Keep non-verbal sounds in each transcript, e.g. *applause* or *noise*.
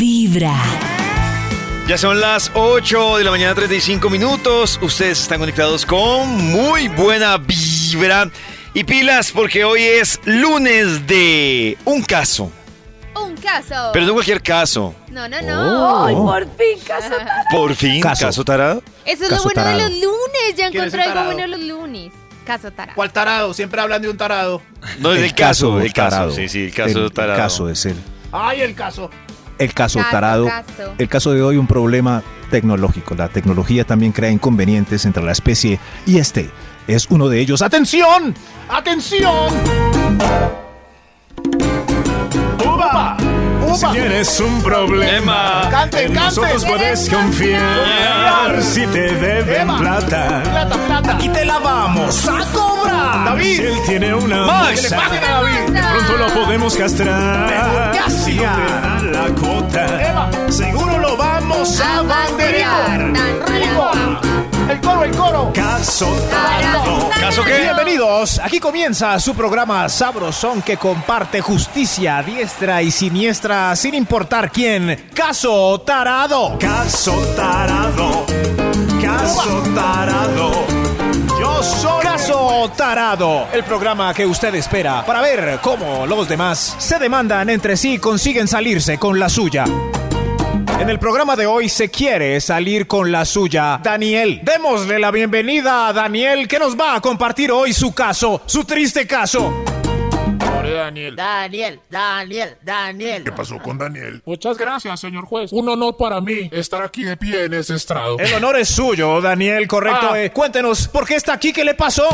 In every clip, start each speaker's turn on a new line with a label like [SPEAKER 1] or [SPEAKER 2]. [SPEAKER 1] Vibra.
[SPEAKER 2] Ya son las 8 de la mañana, 35 minutos. Ustedes están conectados con muy buena vibra. Y pilas, porque hoy es lunes de un caso.
[SPEAKER 3] Un caso.
[SPEAKER 2] Pero Oh. no cualquier caso.
[SPEAKER 3] No, no, no.
[SPEAKER 4] Ay, por fin, caso tarado.
[SPEAKER 2] Por fin, caso,
[SPEAKER 5] Caso.
[SPEAKER 2] tarado.
[SPEAKER 3] Eso es lo
[SPEAKER 5] Caso
[SPEAKER 3] bueno de
[SPEAKER 5] tarado.
[SPEAKER 3] los lunes. Ya
[SPEAKER 6] ¿Quién es
[SPEAKER 3] encontré
[SPEAKER 6] el
[SPEAKER 3] algo
[SPEAKER 6] tarado?
[SPEAKER 3] bueno de los lunes. Caso tarado.
[SPEAKER 6] ¿Cuál tarado? Siempre hablan de un tarado.
[SPEAKER 2] No es el, caso, el caso.
[SPEAKER 5] tarado.
[SPEAKER 2] Sí, sí, el caso
[SPEAKER 5] el
[SPEAKER 2] tarado.
[SPEAKER 5] caso es el,
[SPEAKER 6] Ay, el caso.
[SPEAKER 5] el caso
[SPEAKER 3] Caso,
[SPEAKER 5] tarado.
[SPEAKER 3] caso.
[SPEAKER 5] El caso de hoy, un problema tecnológico. La tecnología también crea inconvenientes entre la especie y este es uno de ellos. ¡Atención!
[SPEAKER 6] ¡Atención! ¡Uba!
[SPEAKER 7] Si
[SPEAKER 6] ¡Uba!
[SPEAKER 7] tienes un problema,
[SPEAKER 6] Cante,
[SPEAKER 7] en
[SPEAKER 6] cante.
[SPEAKER 7] nosotros puedes confiar. Si te deben
[SPEAKER 6] Eva.
[SPEAKER 7] plata,
[SPEAKER 6] ¡Plata, plata!
[SPEAKER 7] aquí te la vamos a cobrar.
[SPEAKER 6] David.
[SPEAKER 7] si él tiene una
[SPEAKER 2] Max.
[SPEAKER 6] ¡Que
[SPEAKER 7] bolsa,
[SPEAKER 6] le paguen a David!
[SPEAKER 7] de pronto lo podemos castrar.
[SPEAKER 6] Pero, ¿qué
[SPEAKER 7] Si no te
[SPEAKER 6] hacía?
[SPEAKER 7] dan la cuota,
[SPEAKER 6] ¡Eva!
[SPEAKER 7] seguro lo vamos a
[SPEAKER 3] Abanderar.
[SPEAKER 7] banderear.
[SPEAKER 3] Tan,
[SPEAKER 6] ¡Rico!
[SPEAKER 3] tarado.
[SPEAKER 6] ¡El coro, el coro!
[SPEAKER 7] Caso
[SPEAKER 3] Tarado.
[SPEAKER 7] tarado.
[SPEAKER 2] ¿Caso qué?
[SPEAKER 4] Bienvenidos, aquí comienza su programa Sabrosón que comparte justicia a diestra y siniestra sin importar quién. Caso tarado.
[SPEAKER 7] Caso tarado. Caso tarado. Yo soy.
[SPEAKER 4] Caso tarado, el programa que usted espera para ver cómo los demás se demandan entre sí y consiguen salirse con la suya. En el programa de hoy se quiere salir con la suya, Daniel. Démosle la bienvenida a Daniel que nos va a compartir hoy su caso, su triste caso.
[SPEAKER 8] Daniel, Daniel, Daniel.
[SPEAKER 7] ¿Qué pasó con Daniel?
[SPEAKER 9] Muchas gracias, señor juez. Un honor para mí estar aquí de pie en ese estrado.
[SPEAKER 4] El honor es suyo, Daniel, correcto.
[SPEAKER 9] Ah.
[SPEAKER 4] eh. Cuéntenos, ¿por qué está aquí? ¿Qué le pasó?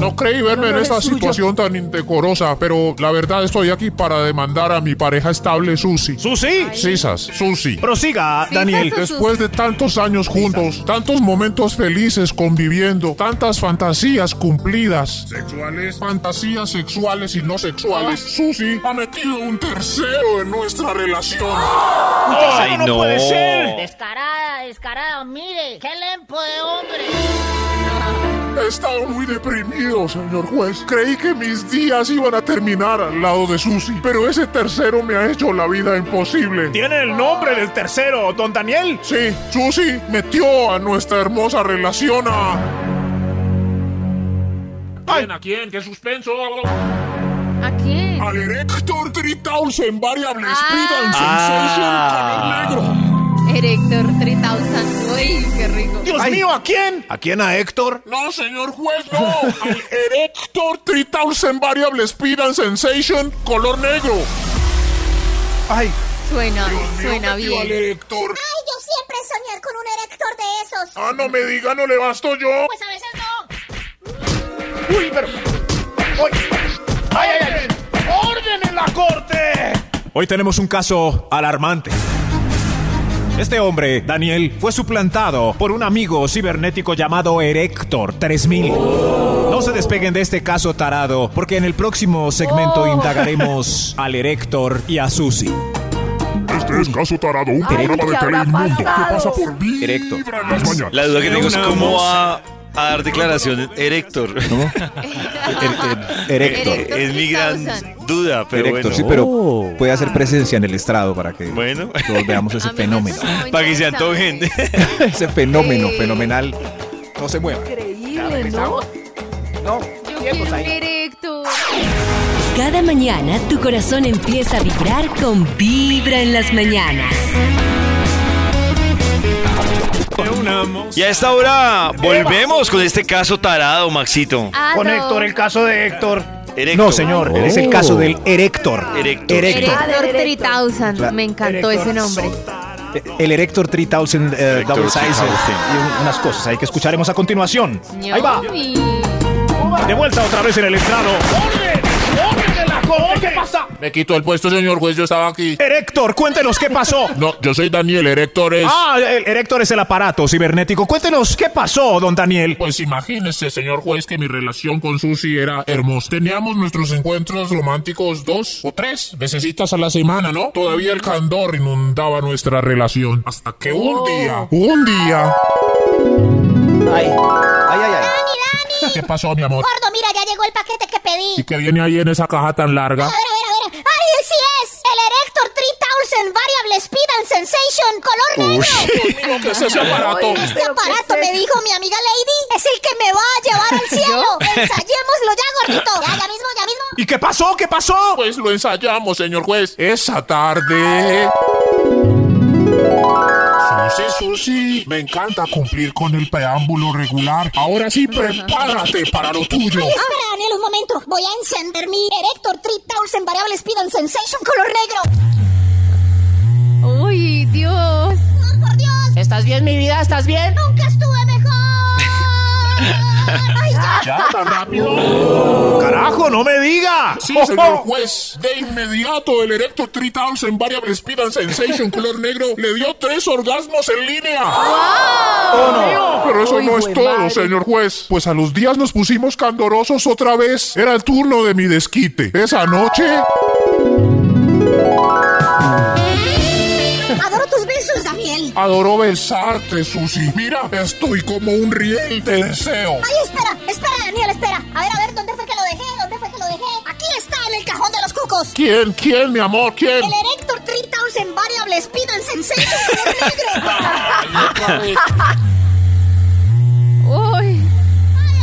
[SPEAKER 9] No creí verme en esta situación tan indecorosa, pero la verdad estoy aquí para demandar a mi pareja estable, Susi.
[SPEAKER 4] Susi.
[SPEAKER 9] Sisas, Susi.
[SPEAKER 4] Prosiga, Daniel.
[SPEAKER 3] Susi.
[SPEAKER 9] Después de tantos años juntos, tantos momentos felices conviviendo, tantas fantasías cumplidas, sexuales, fantasías sexuales y no sexuales, Susi ha metido un tercero en nuestra relación.
[SPEAKER 2] Ay, no.
[SPEAKER 4] puede ser.
[SPEAKER 8] Descarada, descarada, mire, qué lempo de hombre.
[SPEAKER 9] He estado muy deprimido, señor juez. Creí que mis días iban a terminar al lado de Susi, pero ese tercero me ha hecho la vida imposible.
[SPEAKER 4] Tiene el nombre del tercero, don Daniel.
[SPEAKER 9] Sí, Susi metió a nuestra hermosa relación a...
[SPEAKER 4] Ay.
[SPEAKER 9] ¿A quién? ¿Qué suspenso?
[SPEAKER 3] ¿A quién?
[SPEAKER 9] Al Erector 3000 Variable
[SPEAKER 2] Ah.
[SPEAKER 9] Speed and Sensation Canal Negro.
[SPEAKER 3] Erector 3000. Uy, qué rico.
[SPEAKER 4] Dios mío, ¿a quién?
[SPEAKER 6] ¿A quién? ¿A Héctor?
[SPEAKER 9] No, señor juez, no. Al Erector 3000 Variable Speed and Sensation Color Negro.
[SPEAKER 3] Suena,
[SPEAKER 9] Dios mío,
[SPEAKER 3] suena
[SPEAKER 9] metió Al
[SPEAKER 3] bien.
[SPEAKER 9] Erector.
[SPEAKER 8] Ay, yo siempre soñé con un erector de esos.
[SPEAKER 9] Ah, no me diga, no le basto yo.
[SPEAKER 8] Pues a veces no.
[SPEAKER 6] ¡Uy, pero! ¡Uy! ¡Ay, ay, ay! ¡Orden en la corte!
[SPEAKER 4] Hoy tenemos un caso alarmante. Este hombre, Daniel, fue suplantado por un amigo cibernético llamado Erector 3000. No se despeguen de este caso tarado, porque en el próximo segmento indagaremos al Erector y a Susi.
[SPEAKER 7] Este es Caso Tarado, un
[SPEAKER 4] Ay, programa ¿qué de habrá Telemundo que pasado? pasa
[SPEAKER 7] por
[SPEAKER 2] Erecto.
[SPEAKER 7] en las mañanas.
[SPEAKER 2] La duda que tengo es
[SPEAKER 4] Una
[SPEAKER 2] cómo
[SPEAKER 4] moza.
[SPEAKER 2] va a dar declaración Erector.
[SPEAKER 3] *laughs*
[SPEAKER 5] Erector.
[SPEAKER 3] Erector
[SPEAKER 2] Es mi gran
[SPEAKER 3] 3000.
[SPEAKER 2] duda, pero
[SPEAKER 5] Erector,
[SPEAKER 2] bueno.
[SPEAKER 5] sí, pero puede hacer presencia en el estrado para que
[SPEAKER 2] Bueno.
[SPEAKER 5] todos veamos ese
[SPEAKER 3] *laughs* A mí me
[SPEAKER 5] fenómeno.
[SPEAKER 3] suena muy
[SPEAKER 2] Para que se
[SPEAKER 3] interesante.
[SPEAKER 2] antojen.
[SPEAKER 5] ese fenómeno
[SPEAKER 3] Sí.
[SPEAKER 5] fenomenal. No se mueva.
[SPEAKER 4] Increíble, ¿no?
[SPEAKER 3] Yo quiero
[SPEAKER 6] pues,
[SPEAKER 3] un Erector.
[SPEAKER 1] Cada mañana tu corazón empieza a vibrar con Vibra en las mañanas.
[SPEAKER 2] Y a esta hora volvemos con este caso tarado, Maxito.
[SPEAKER 3] Ah,
[SPEAKER 6] Con
[SPEAKER 3] no.
[SPEAKER 6] Héctor, el caso de Héctor.
[SPEAKER 2] Erector.
[SPEAKER 4] No, señor, es el
[SPEAKER 5] Oh.
[SPEAKER 4] caso del Erector.
[SPEAKER 2] Erector.
[SPEAKER 4] Erector.
[SPEAKER 3] Erector 3000.
[SPEAKER 5] Claro.
[SPEAKER 3] Me encantó ese nombre.
[SPEAKER 4] El Erector 3000 eh,
[SPEAKER 2] Erector
[SPEAKER 4] Double Size
[SPEAKER 2] 3000.
[SPEAKER 4] y un- unas cosas ahí que escucharemos a continuación. Ahí va.
[SPEAKER 3] Ñomi.
[SPEAKER 4] De vuelta otra vez en el estrado.
[SPEAKER 6] ¡Orden! ¡Orden en la corte! ¿Qué pasa?
[SPEAKER 9] Me quitó el puesto, señor juez, yo estaba aquí.
[SPEAKER 4] Erector, cuéntenos qué
[SPEAKER 9] *laughs*
[SPEAKER 4] pasó.
[SPEAKER 9] No, yo soy Daniel, Erector es...
[SPEAKER 4] Ah, el Erector es el aparato cibernético. Cuéntenos qué pasó, don Daniel.
[SPEAKER 9] Pues imagínese, señor juez, que mi relación con Susi era hermosa. Teníamos nuestros encuentros románticos dos o tres vecesitas a la semana, ¿no? Todavía el candor inundaba nuestra relación. Hasta que un
[SPEAKER 4] Oh.
[SPEAKER 9] día, un día...
[SPEAKER 6] ¡Ay! ¡Ay, ay, ay!
[SPEAKER 8] Dani,
[SPEAKER 9] *laughs*
[SPEAKER 8] Dani.
[SPEAKER 9] ¿Qué pasó, mi amor?
[SPEAKER 8] Gordo, mira, ya llegó el paquete que pedí.
[SPEAKER 9] ¿Y qué viene ahí en esa caja tan larga?
[SPEAKER 8] A ver, a ver, a ver. ¡Ay, sí es! El Erector 3000 Variable
[SPEAKER 10] Speed and Sensation color negro.
[SPEAKER 9] *laughs* Uy, ¿qué es ese aparato?
[SPEAKER 10] Este aparato, me dijo mi amiga Lady, es el que me va a
[SPEAKER 9] *laughs*
[SPEAKER 10] llevar al cielo. Ensayémoslo ya, gordito. Ya, ya mismo, ya mismo.
[SPEAKER 9] ¿Y qué pasó? ¿Qué pasó? Pues lo ensayamos, señor juez. Esa tarde. Susi, Susi, me encanta cumplir con el preámbulo regular. Ahora sí, prepárate para lo tuyo.
[SPEAKER 10] Ay, espera, Daniel, un momento. Voy a encender mi Erector 3000 Variable Speed and Sensation color negro.
[SPEAKER 3] Uy, Dios.
[SPEAKER 10] ¡No, por Dios!
[SPEAKER 11] ¿Estás bien, mi vida? ¿Estás bien?
[SPEAKER 10] ¡Nunca estuve mejor! ¡Ay, ya!
[SPEAKER 9] ¿Ya tan rápido?
[SPEAKER 4] ¡Carajo, no me diga!
[SPEAKER 9] Sí, señor juez. De inmediato, el Erecto 3000 en Variable Speed and Sensation color negro le dio tres orgasmos en línea. Pero eso
[SPEAKER 11] Uy,
[SPEAKER 9] no es
[SPEAKER 11] jue
[SPEAKER 9] todo,
[SPEAKER 11] madre.
[SPEAKER 9] señor juez. Pues a los días nos pusimos candorosos otra vez. Era el turno de mi desquite. Esa noche,
[SPEAKER 10] Adoro tus besos, Daniel.
[SPEAKER 9] adoró besarte, Susi. Mira, estoy como un riel de deseo.
[SPEAKER 10] Ay, espera, espera, Daniel, espera. A ver, a ver, ¿dónde fue que lo dejé? ¿Dónde fue que lo dejé? Aquí está, en el cajón de los cucos.
[SPEAKER 9] ¿Quién, quién, mi amor,
[SPEAKER 4] *laughs*
[SPEAKER 9] quién?
[SPEAKER 10] El Erector 3000 Variable Speed and Sensation color negro.
[SPEAKER 3] Uy.
[SPEAKER 10] Ay, ay, ay,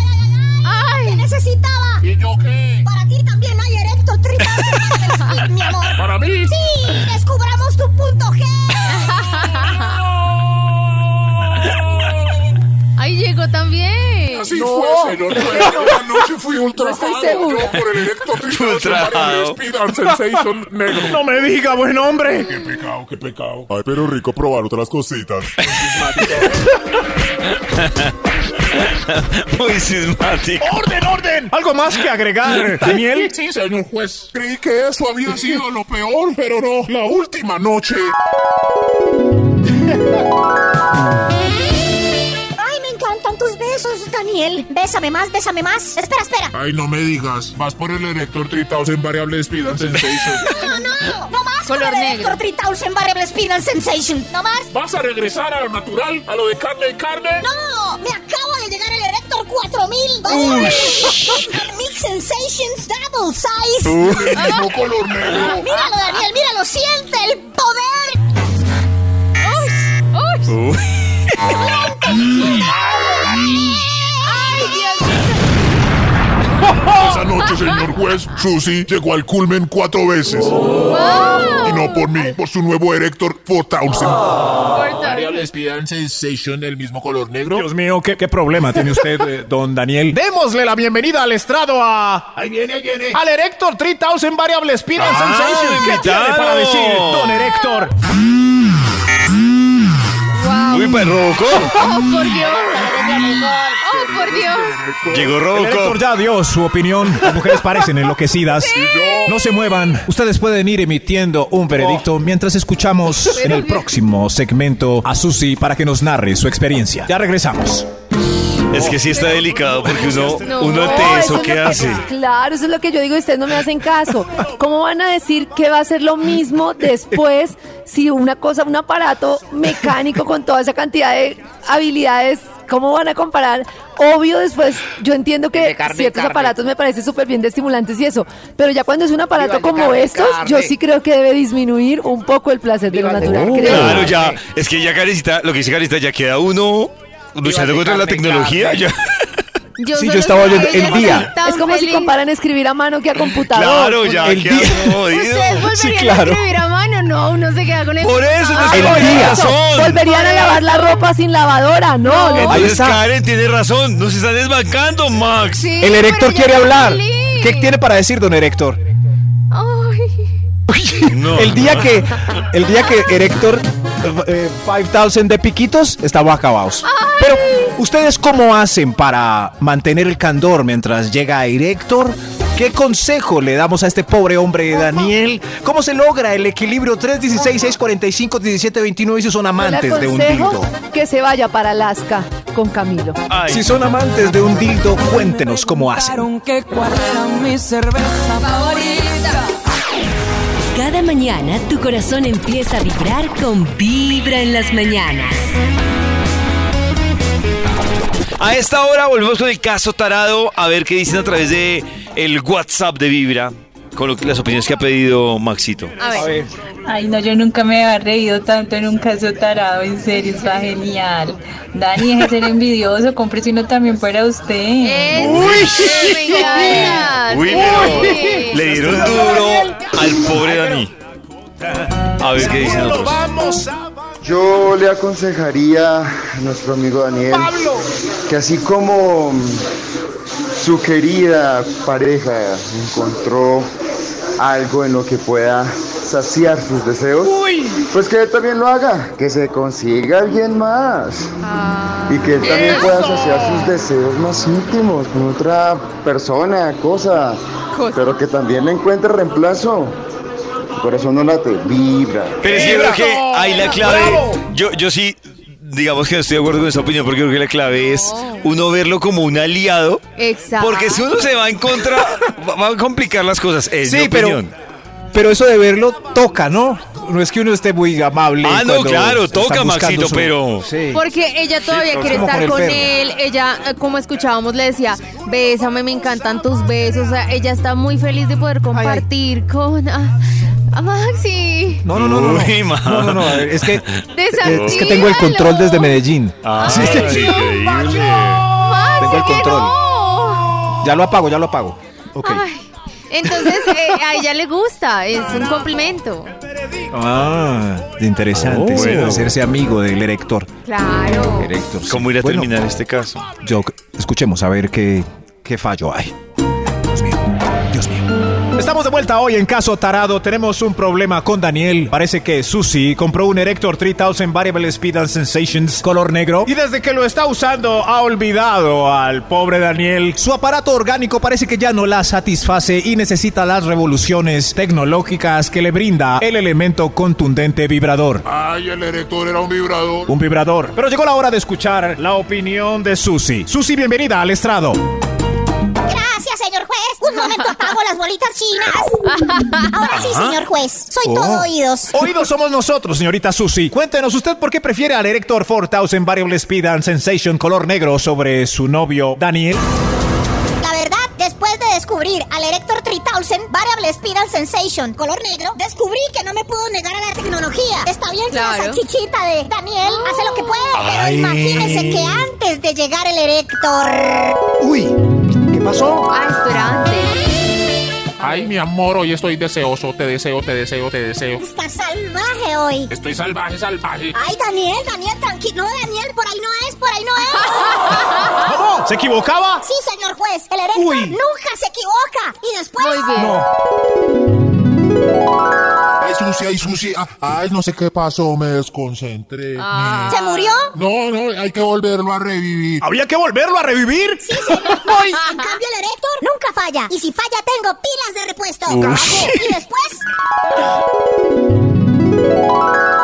[SPEAKER 10] ay,
[SPEAKER 3] Ay.
[SPEAKER 10] Te necesitaba.
[SPEAKER 9] ¿Y yo qué?
[SPEAKER 10] Para ti también hay Erector 3000 Variable Speed, mi amor.
[SPEAKER 9] ¿Para mí?
[SPEAKER 10] Sí, descubramos tu punto G.
[SPEAKER 3] Ahí llegó también.
[SPEAKER 9] Así fue, señor. La noche fui ultrajado yo por el electro
[SPEAKER 2] Ultrajado.
[SPEAKER 9] Speed and Sensation negro.
[SPEAKER 4] ¡No me diga, buen hombre!
[SPEAKER 9] Qué pecado, qué pecado. Ay, pero rico probar otras cositas.
[SPEAKER 2] *laughs* Muy sismático.
[SPEAKER 4] ¡Orden, orden! *laughs* Algo más que
[SPEAKER 9] *laughs*
[SPEAKER 4] agregar, Daniel.
[SPEAKER 9] Sí, señor juez. Creí que eso había sido lo peor, pero no. La última noche.
[SPEAKER 10] Ay, me encantan tus besos, Daniel. Bésame más, bésame más. Espera, espera.
[SPEAKER 9] Ay, no me digas. Vas por el elector 3000 variable Speed and Sensation.
[SPEAKER 10] *laughs* No, no, no más.
[SPEAKER 3] Color
[SPEAKER 10] con el
[SPEAKER 3] negro.
[SPEAKER 10] Elector 3000 Variable Speed and Sensation. No más.
[SPEAKER 9] *laughs* ¿Vas a regresar a lo natural? ¿A lo de carne y carne?
[SPEAKER 10] No, me acabo de llegar el Erector 4000 Variable Speed Mix Sensations Double Size.
[SPEAKER 9] El mismo color negro.
[SPEAKER 10] Míralo, Daniel, míralo. Siente el poder.
[SPEAKER 9] Esa noche, señor juez, Susi llegó al culmen cuatro veces. Y no por mí, por su nuevo erector 4000. Variable Speed and Sensation, el mismo color negro.
[SPEAKER 4] Dios mío, ¿qué, qué problema tiene usted, eh, don Daniel? Démosle la bienvenida al estrado a...
[SPEAKER 9] Ahí viene, ahí viene.
[SPEAKER 4] Al Erector 3000 Variable Speed and
[SPEAKER 2] Ah,
[SPEAKER 4] Sensation. ¿Qué tiene
[SPEAKER 2] invitado.
[SPEAKER 4] para decir, don Erector?
[SPEAKER 2] Uy, pues, perroco.
[SPEAKER 3] Oh, por Dios. Oh, por Dios.
[SPEAKER 2] Llegó
[SPEAKER 4] El
[SPEAKER 2] Roco.
[SPEAKER 4] Erector ya dio su opinión. Las mujeres parecen enloquecidas. No se muevan. Ustedes pueden ir emitiendo
[SPEAKER 5] Oh.
[SPEAKER 4] un veredicto mientras escuchamos en el próximo segmento a Susi para que nos narre su experiencia. Ya regresamos.
[SPEAKER 2] Es que sí está delicado porque uno, uno
[SPEAKER 12] eso
[SPEAKER 2] teso,
[SPEAKER 12] es
[SPEAKER 2] ¿qué
[SPEAKER 12] lo que-
[SPEAKER 2] hace?
[SPEAKER 12] Claro, eso es lo que yo digo y ustedes no me hacen caso. ¿Cómo van a decir que va a ser lo mismo después si una cosa, un aparato mecánico con toda esa cantidad de habilidades, cómo van a comparar? Obvio, después yo entiendo que
[SPEAKER 11] De carne en
[SPEAKER 12] ciertos
[SPEAKER 11] carne.
[SPEAKER 12] aparatos me parecen súper bien de estimulantes y eso, pero ya cuando es un
[SPEAKER 11] Viva el
[SPEAKER 12] aparato
[SPEAKER 11] de
[SPEAKER 12] como
[SPEAKER 11] carne en
[SPEAKER 12] estos,
[SPEAKER 11] carne.
[SPEAKER 12] yo sí creo que debe disminuir un poco el placer de
[SPEAKER 11] Viva
[SPEAKER 12] lo
[SPEAKER 11] el de
[SPEAKER 12] natural.
[SPEAKER 11] carne.
[SPEAKER 12] creo.
[SPEAKER 2] Claro, ya. Es que ya Carecita, lo que dice Carecita, ya queda uno luchando
[SPEAKER 11] de
[SPEAKER 2] contra la
[SPEAKER 11] carne,
[SPEAKER 2] tecnología. Ya.
[SPEAKER 5] Sí,
[SPEAKER 3] solo
[SPEAKER 5] yo estaba
[SPEAKER 3] sé que
[SPEAKER 5] oyendo el
[SPEAKER 3] ella
[SPEAKER 5] día.
[SPEAKER 3] está tan
[SPEAKER 12] Es como si
[SPEAKER 3] feliz.
[SPEAKER 12] comparan escribir a mano que a computador.
[SPEAKER 2] Claro, ya
[SPEAKER 5] El
[SPEAKER 2] queda
[SPEAKER 5] día-
[SPEAKER 2] uno jodido.
[SPEAKER 3] ¿Ustedes volverían
[SPEAKER 5] Sí, claro.
[SPEAKER 3] a escribir a mano? No, uno se queda con el...
[SPEAKER 2] Por eso no
[SPEAKER 12] Ah,
[SPEAKER 2] es que
[SPEAKER 5] El
[SPEAKER 2] tiene
[SPEAKER 5] día.
[SPEAKER 2] razón.
[SPEAKER 12] Volverían a lavar la ropa sin lavadora, no, no.
[SPEAKER 5] Ahí
[SPEAKER 2] Entonces
[SPEAKER 5] está.
[SPEAKER 2] Karen tiene razón. Nos está desbancando, Max.
[SPEAKER 3] Sí,
[SPEAKER 5] El Erector
[SPEAKER 3] pero ya
[SPEAKER 5] quiere
[SPEAKER 3] está
[SPEAKER 5] hablar.
[SPEAKER 3] feliz.
[SPEAKER 5] ¿Qué tiene para decir, don Erector?
[SPEAKER 3] Ay.
[SPEAKER 2] No.
[SPEAKER 5] El día que, el día que Erector eh, 5000 de piquitos estaba acabados. Pero, ¿ustedes cómo hacen para mantener el candor mientras llega Erector? ¿Qué consejo le damos a este pobre hombre Daniel? ¿Cómo se logra el equilibrio 316-645-1729 si son
[SPEAKER 12] Yo le
[SPEAKER 5] amantes de un
[SPEAKER 12] aconsejo
[SPEAKER 5] dildo?
[SPEAKER 12] Que se vaya para Alaska con Camilo.
[SPEAKER 2] Ay.
[SPEAKER 5] Si son amantes de un dildo, cuéntenos cómo hacen.
[SPEAKER 1] Cada mañana tu corazón empieza a vibrar con Vibra en las mañanas.
[SPEAKER 2] A esta hora volvemos con el caso tarado a ver qué dicen a través de el WhatsApp de Vibra. con lo que- las opiniones que ha pedido Maxito.
[SPEAKER 11] Ay, no, yo nunca me había reído tanto en un caso tarado, en serio, está genial. Dani, deje de ser envidioso, compre uno también para usted.
[SPEAKER 2] Uy, pero le dieron duro al pobre Dani. A ver qué dicen otros.
[SPEAKER 13] Yo le aconsejaría a nuestro amigo Daniel que así como mm, su querida pareja encontró algo en lo que pueda saciar sus deseos, pues que él también lo haga, que se consiga alguien más y que él también pueda saciar sus deseos más íntimos con otra persona, cosa, pero que también encuentre reemplazo. Corazón no late, vibra.
[SPEAKER 2] Pero sí, yo creo que ahí la clave. Yo, yo sí, digamos que no estoy de acuerdo con esa opinión, porque creo que la clave es uno verlo como un aliado.
[SPEAKER 14] Exacto.
[SPEAKER 2] Porque si uno se va en contra, va- va a complicar las cosas. Es
[SPEAKER 5] Sí,
[SPEAKER 2] mi
[SPEAKER 5] pero-
[SPEAKER 2] opinión.
[SPEAKER 5] Pero eso de verlo toca, ¿no? No es que uno esté muy amable.
[SPEAKER 2] Ah, no,
[SPEAKER 5] cuando
[SPEAKER 2] claro,
[SPEAKER 5] está
[SPEAKER 2] toca,
[SPEAKER 5] buscando
[SPEAKER 2] Maxito,
[SPEAKER 5] su-
[SPEAKER 2] pero-
[SPEAKER 5] Sí.
[SPEAKER 14] Porque ella todavía
[SPEAKER 5] pero
[SPEAKER 14] quiere
[SPEAKER 5] es como
[SPEAKER 14] estar
[SPEAKER 5] con
[SPEAKER 14] con
[SPEAKER 5] el
[SPEAKER 14] él. Ella, eh, como escuchábamos, le decía, bésame, me encantan tus besos. O sea, ella está muy feliz de poder compartir con ah, a, Maxi.
[SPEAKER 5] No, no, no, no. no.
[SPEAKER 2] Uy, ma.
[SPEAKER 5] no, no, no, es
[SPEAKER 2] *laughs*
[SPEAKER 5] que, eh,
[SPEAKER 14] Desactívalo.
[SPEAKER 5] es que tengo el control desde Medellín.
[SPEAKER 2] Ah.
[SPEAKER 5] Sí, sí, sí.
[SPEAKER 14] Maxi,
[SPEAKER 5] Tengo el
[SPEAKER 14] que
[SPEAKER 5] control.
[SPEAKER 14] no.
[SPEAKER 5] Ya lo apago, ya lo apago. Ok.
[SPEAKER 14] Ay, entonces, eh, a ella le gusta, es un complemento.
[SPEAKER 5] Ah, interesante.
[SPEAKER 2] Oh,
[SPEAKER 5] sí,
[SPEAKER 2] bueno.
[SPEAKER 5] Hacerse amigo del erector.
[SPEAKER 14] Claro.
[SPEAKER 5] Erector, sí.
[SPEAKER 2] ¿Cómo ir a
[SPEAKER 5] Bueno,
[SPEAKER 2] terminar este caso?
[SPEAKER 5] Yo, escuchemos a ver qué, qué fallo hay.
[SPEAKER 4] Estamos de vuelta hoy en Caso Tarado. Tenemos un problema con Daniel. Parece que Susi compró un Erector 3000 Variable Speed and Sensations color negro y desde que lo está usando ha olvidado al pobre Daniel. Su aparato orgánico parece que ya no la satisface y necesita las revoluciones tecnológicas que le brinda el elemento contundente vibrador.
[SPEAKER 9] Ay, el erector era un vibrador.
[SPEAKER 4] Un vibrador. Pero llegó la hora de escuchar la opinión de Susi. Susi, bienvenida al estrado.
[SPEAKER 10] Gracias, señor juez. Un momento apago las bolitas *laughs* chinas. Ahora sí,
[SPEAKER 4] Ajá.
[SPEAKER 10] señor juez. Soy
[SPEAKER 4] Oh.
[SPEAKER 10] todo oídos.
[SPEAKER 4] Oídos somos nosotros, señorita Susi. Cuéntenos usted por qué prefiere al Erector 4000 Variable Speed and Sensation color negro sobre su novio Daniel.
[SPEAKER 10] La verdad, después de descubrir al Erector 3000 Variable Spiral Sensation color negro, descubrí que no me puedo negar a la tecnología. Está bien que la
[SPEAKER 14] Claro.
[SPEAKER 10] salchichita de Daniel hace lo que puede, pero
[SPEAKER 5] Ay.
[SPEAKER 10] imagínense que antes de llegar el Erector...
[SPEAKER 5] Uy, ¿qué pasó?
[SPEAKER 14] Ah, esto era antes.
[SPEAKER 9] Ay, mi amor, hoy estoy deseoso, te deseo, te deseo, te deseo.
[SPEAKER 10] Está salvaje hoy.
[SPEAKER 9] Estoy salvaje, salvaje.
[SPEAKER 10] Ay, Daniel, Daniel, tranquilo. No, Daniel, por ahí no es, por ahí no
[SPEAKER 4] *laughs*
[SPEAKER 10] es.
[SPEAKER 4] ¿Cómo? ¿Se equivocaba?
[SPEAKER 10] Sí, señor juez. El erector
[SPEAKER 4] Uy.
[SPEAKER 10] nunca se equivoca. Y después...
[SPEAKER 9] Ay, Susi, ay, Susi. ah, Ay, no sé qué pasó, me desconcentré.
[SPEAKER 10] ¿Se murió?
[SPEAKER 9] No, no, hay que volverlo a revivir.
[SPEAKER 4] ¿Había que volverlo a revivir?
[SPEAKER 10] Sí, señor juez. En cambio, el erector nunca falla. Y si falla, tengo pilas de repuesto.
[SPEAKER 9] Ush.
[SPEAKER 10] Y después...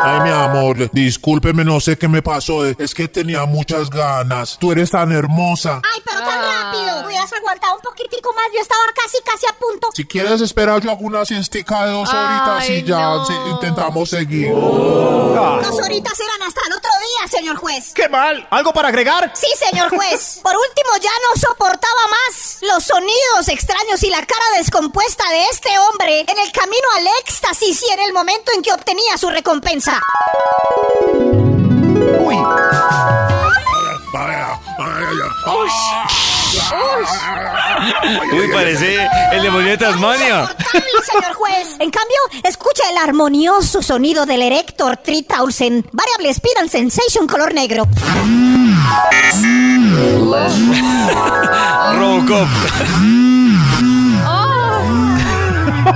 [SPEAKER 9] Ay, mi amor, discúlpeme, no sé qué me pasó. eh, Es que tenía muchas ganas. Tú eres tan hermosa.
[SPEAKER 10] Ay, pero tan rápido. Hubieras aguantado un poquitico más. Yo estaba casi, casi a punto.
[SPEAKER 9] Si quieres esperar, yo hago una siestica de dos horitas y ya sí, intentamos seguir.
[SPEAKER 15] Oh.
[SPEAKER 10] Dos horitas eran hasta el otro día, señor juez.
[SPEAKER 4] ¡Qué mal! ¿Algo para agregar?
[SPEAKER 10] Sí, señor juez. Por último, ya no soportaba más los sonidos extraños y la cara descompuesta de este hombre en el camino al éxtasis y en el momento en que obtenía su recompensa.
[SPEAKER 9] Ah.
[SPEAKER 2] Uy, parece el demonio de Tasmania.
[SPEAKER 10] Insoportable, señor juez. En cambio, escucha el armonioso sonido del Erector 3000 Variable Speed and Sensation color negro.
[SPEAKER 2] Robocop.
[SPEAKER 14] Ah,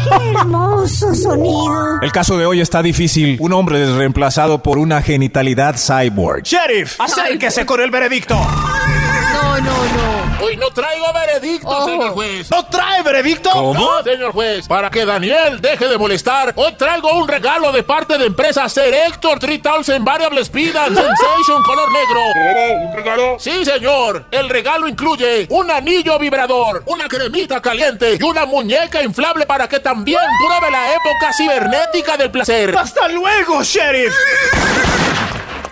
[SPEAKER 10] ¡Qué hermoso sonido!
[SPEAKER 4] El caso de hoy está difícil. Un hombre es reemplazado por una genitalidad cyborg. ¡Sheriff! ¡Acérquese con el veredicto!
[SPEAKER 14] No, no, no.
[SPEAKER 9] Hoy no traigo veredicto, señor juez.
[SPEAKER 4] ¿No trae veredicto?
[SPEAKER 9] ¿Cómo? señor juez. Para que Daniel deje de molestar, hoy traigo un regalo de parte de empresa Ser Héctor 3000 Variable Speed and Sensation color
[SPEAKER 15] Oh,
[SPEAKER 9] negro. ¿Un regalo? Sí, señor. El regalo incluye un anillo vibrador, una cremita caliente y una muñeca inflable para que también pruebe la época cibernética del placer.
[SPEAKER 4] ¡Hasta luego, sheriff!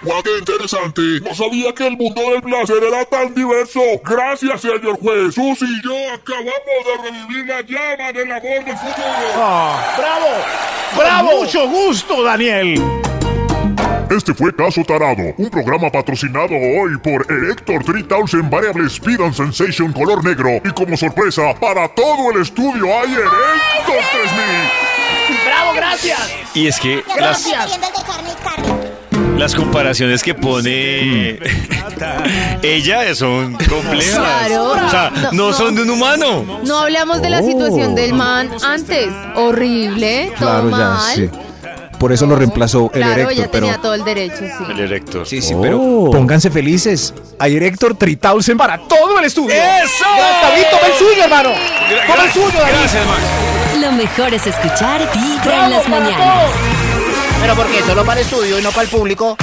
[SPEAKER 15] ¡Guau, qué interesante! No sabía que el mundo del placer era tan diverso. Gracias, señor juez. Susi y yo acabamos de revivir la llama del amor del futuro.
[SPEAKER 16] ¡Bravo! ¡Bravo! mucho gusto, Daniel.
[SPEAKER 9] Este fue Caso Tarado, un programa patrocinado hoy por Erector 3000 Variable Speed and Sensation color negro. Y como sorpresa, para todo el estudio hay Erector 3000.
[SPEAKER 16] ¡Bravo, gracias!
[SPEAKER 2] Y es que las, las comparaciones que pone
[SPEAKER 16] Mm.
[SPEAKER 2] ella son complejas.
[SPEAKER 3] Claro.
[SPEAKER 2] O sea, no,
[SPEAKER 3] No,
[SPEAKER 2] son de un humano.
[SPEAKER 3] No hablamos de la
[SPEAKER 4] Oh.
[SPEAKER 3] situación del man antes. Horrible, todo
[SPEAKER 4] Claro, ya,
[SPEAKER 3] mal.
[SPEAKER 4] sí. Por eso lo reemplazó el
[SPEAKER 3] Claro,
[SPEAKER 4] Erector,
[SPEAKER 3] ella
[SPEAKER 4] pero...
[SPEAKER 3] tenía todo el derecho, sí.
[SPEAKER 2] Erector.
[SPEAKER 4] Sí, sí, pero pónganse felices. Hay Erector 3000 para todo el estudio.
[SPEAKER 2] ¡Eso!
[SPEAKER 4] David, toma el suyo, hermano. Toma el suyo, David.
[SPEAKER 2] Gracias, Max.
[SPEAKER 12] Lo mejor es escuchar Vibra en las mañanas.
[SPEAKER 17] ¿Pero por qué? ¿Solo para el estudio y no para el público?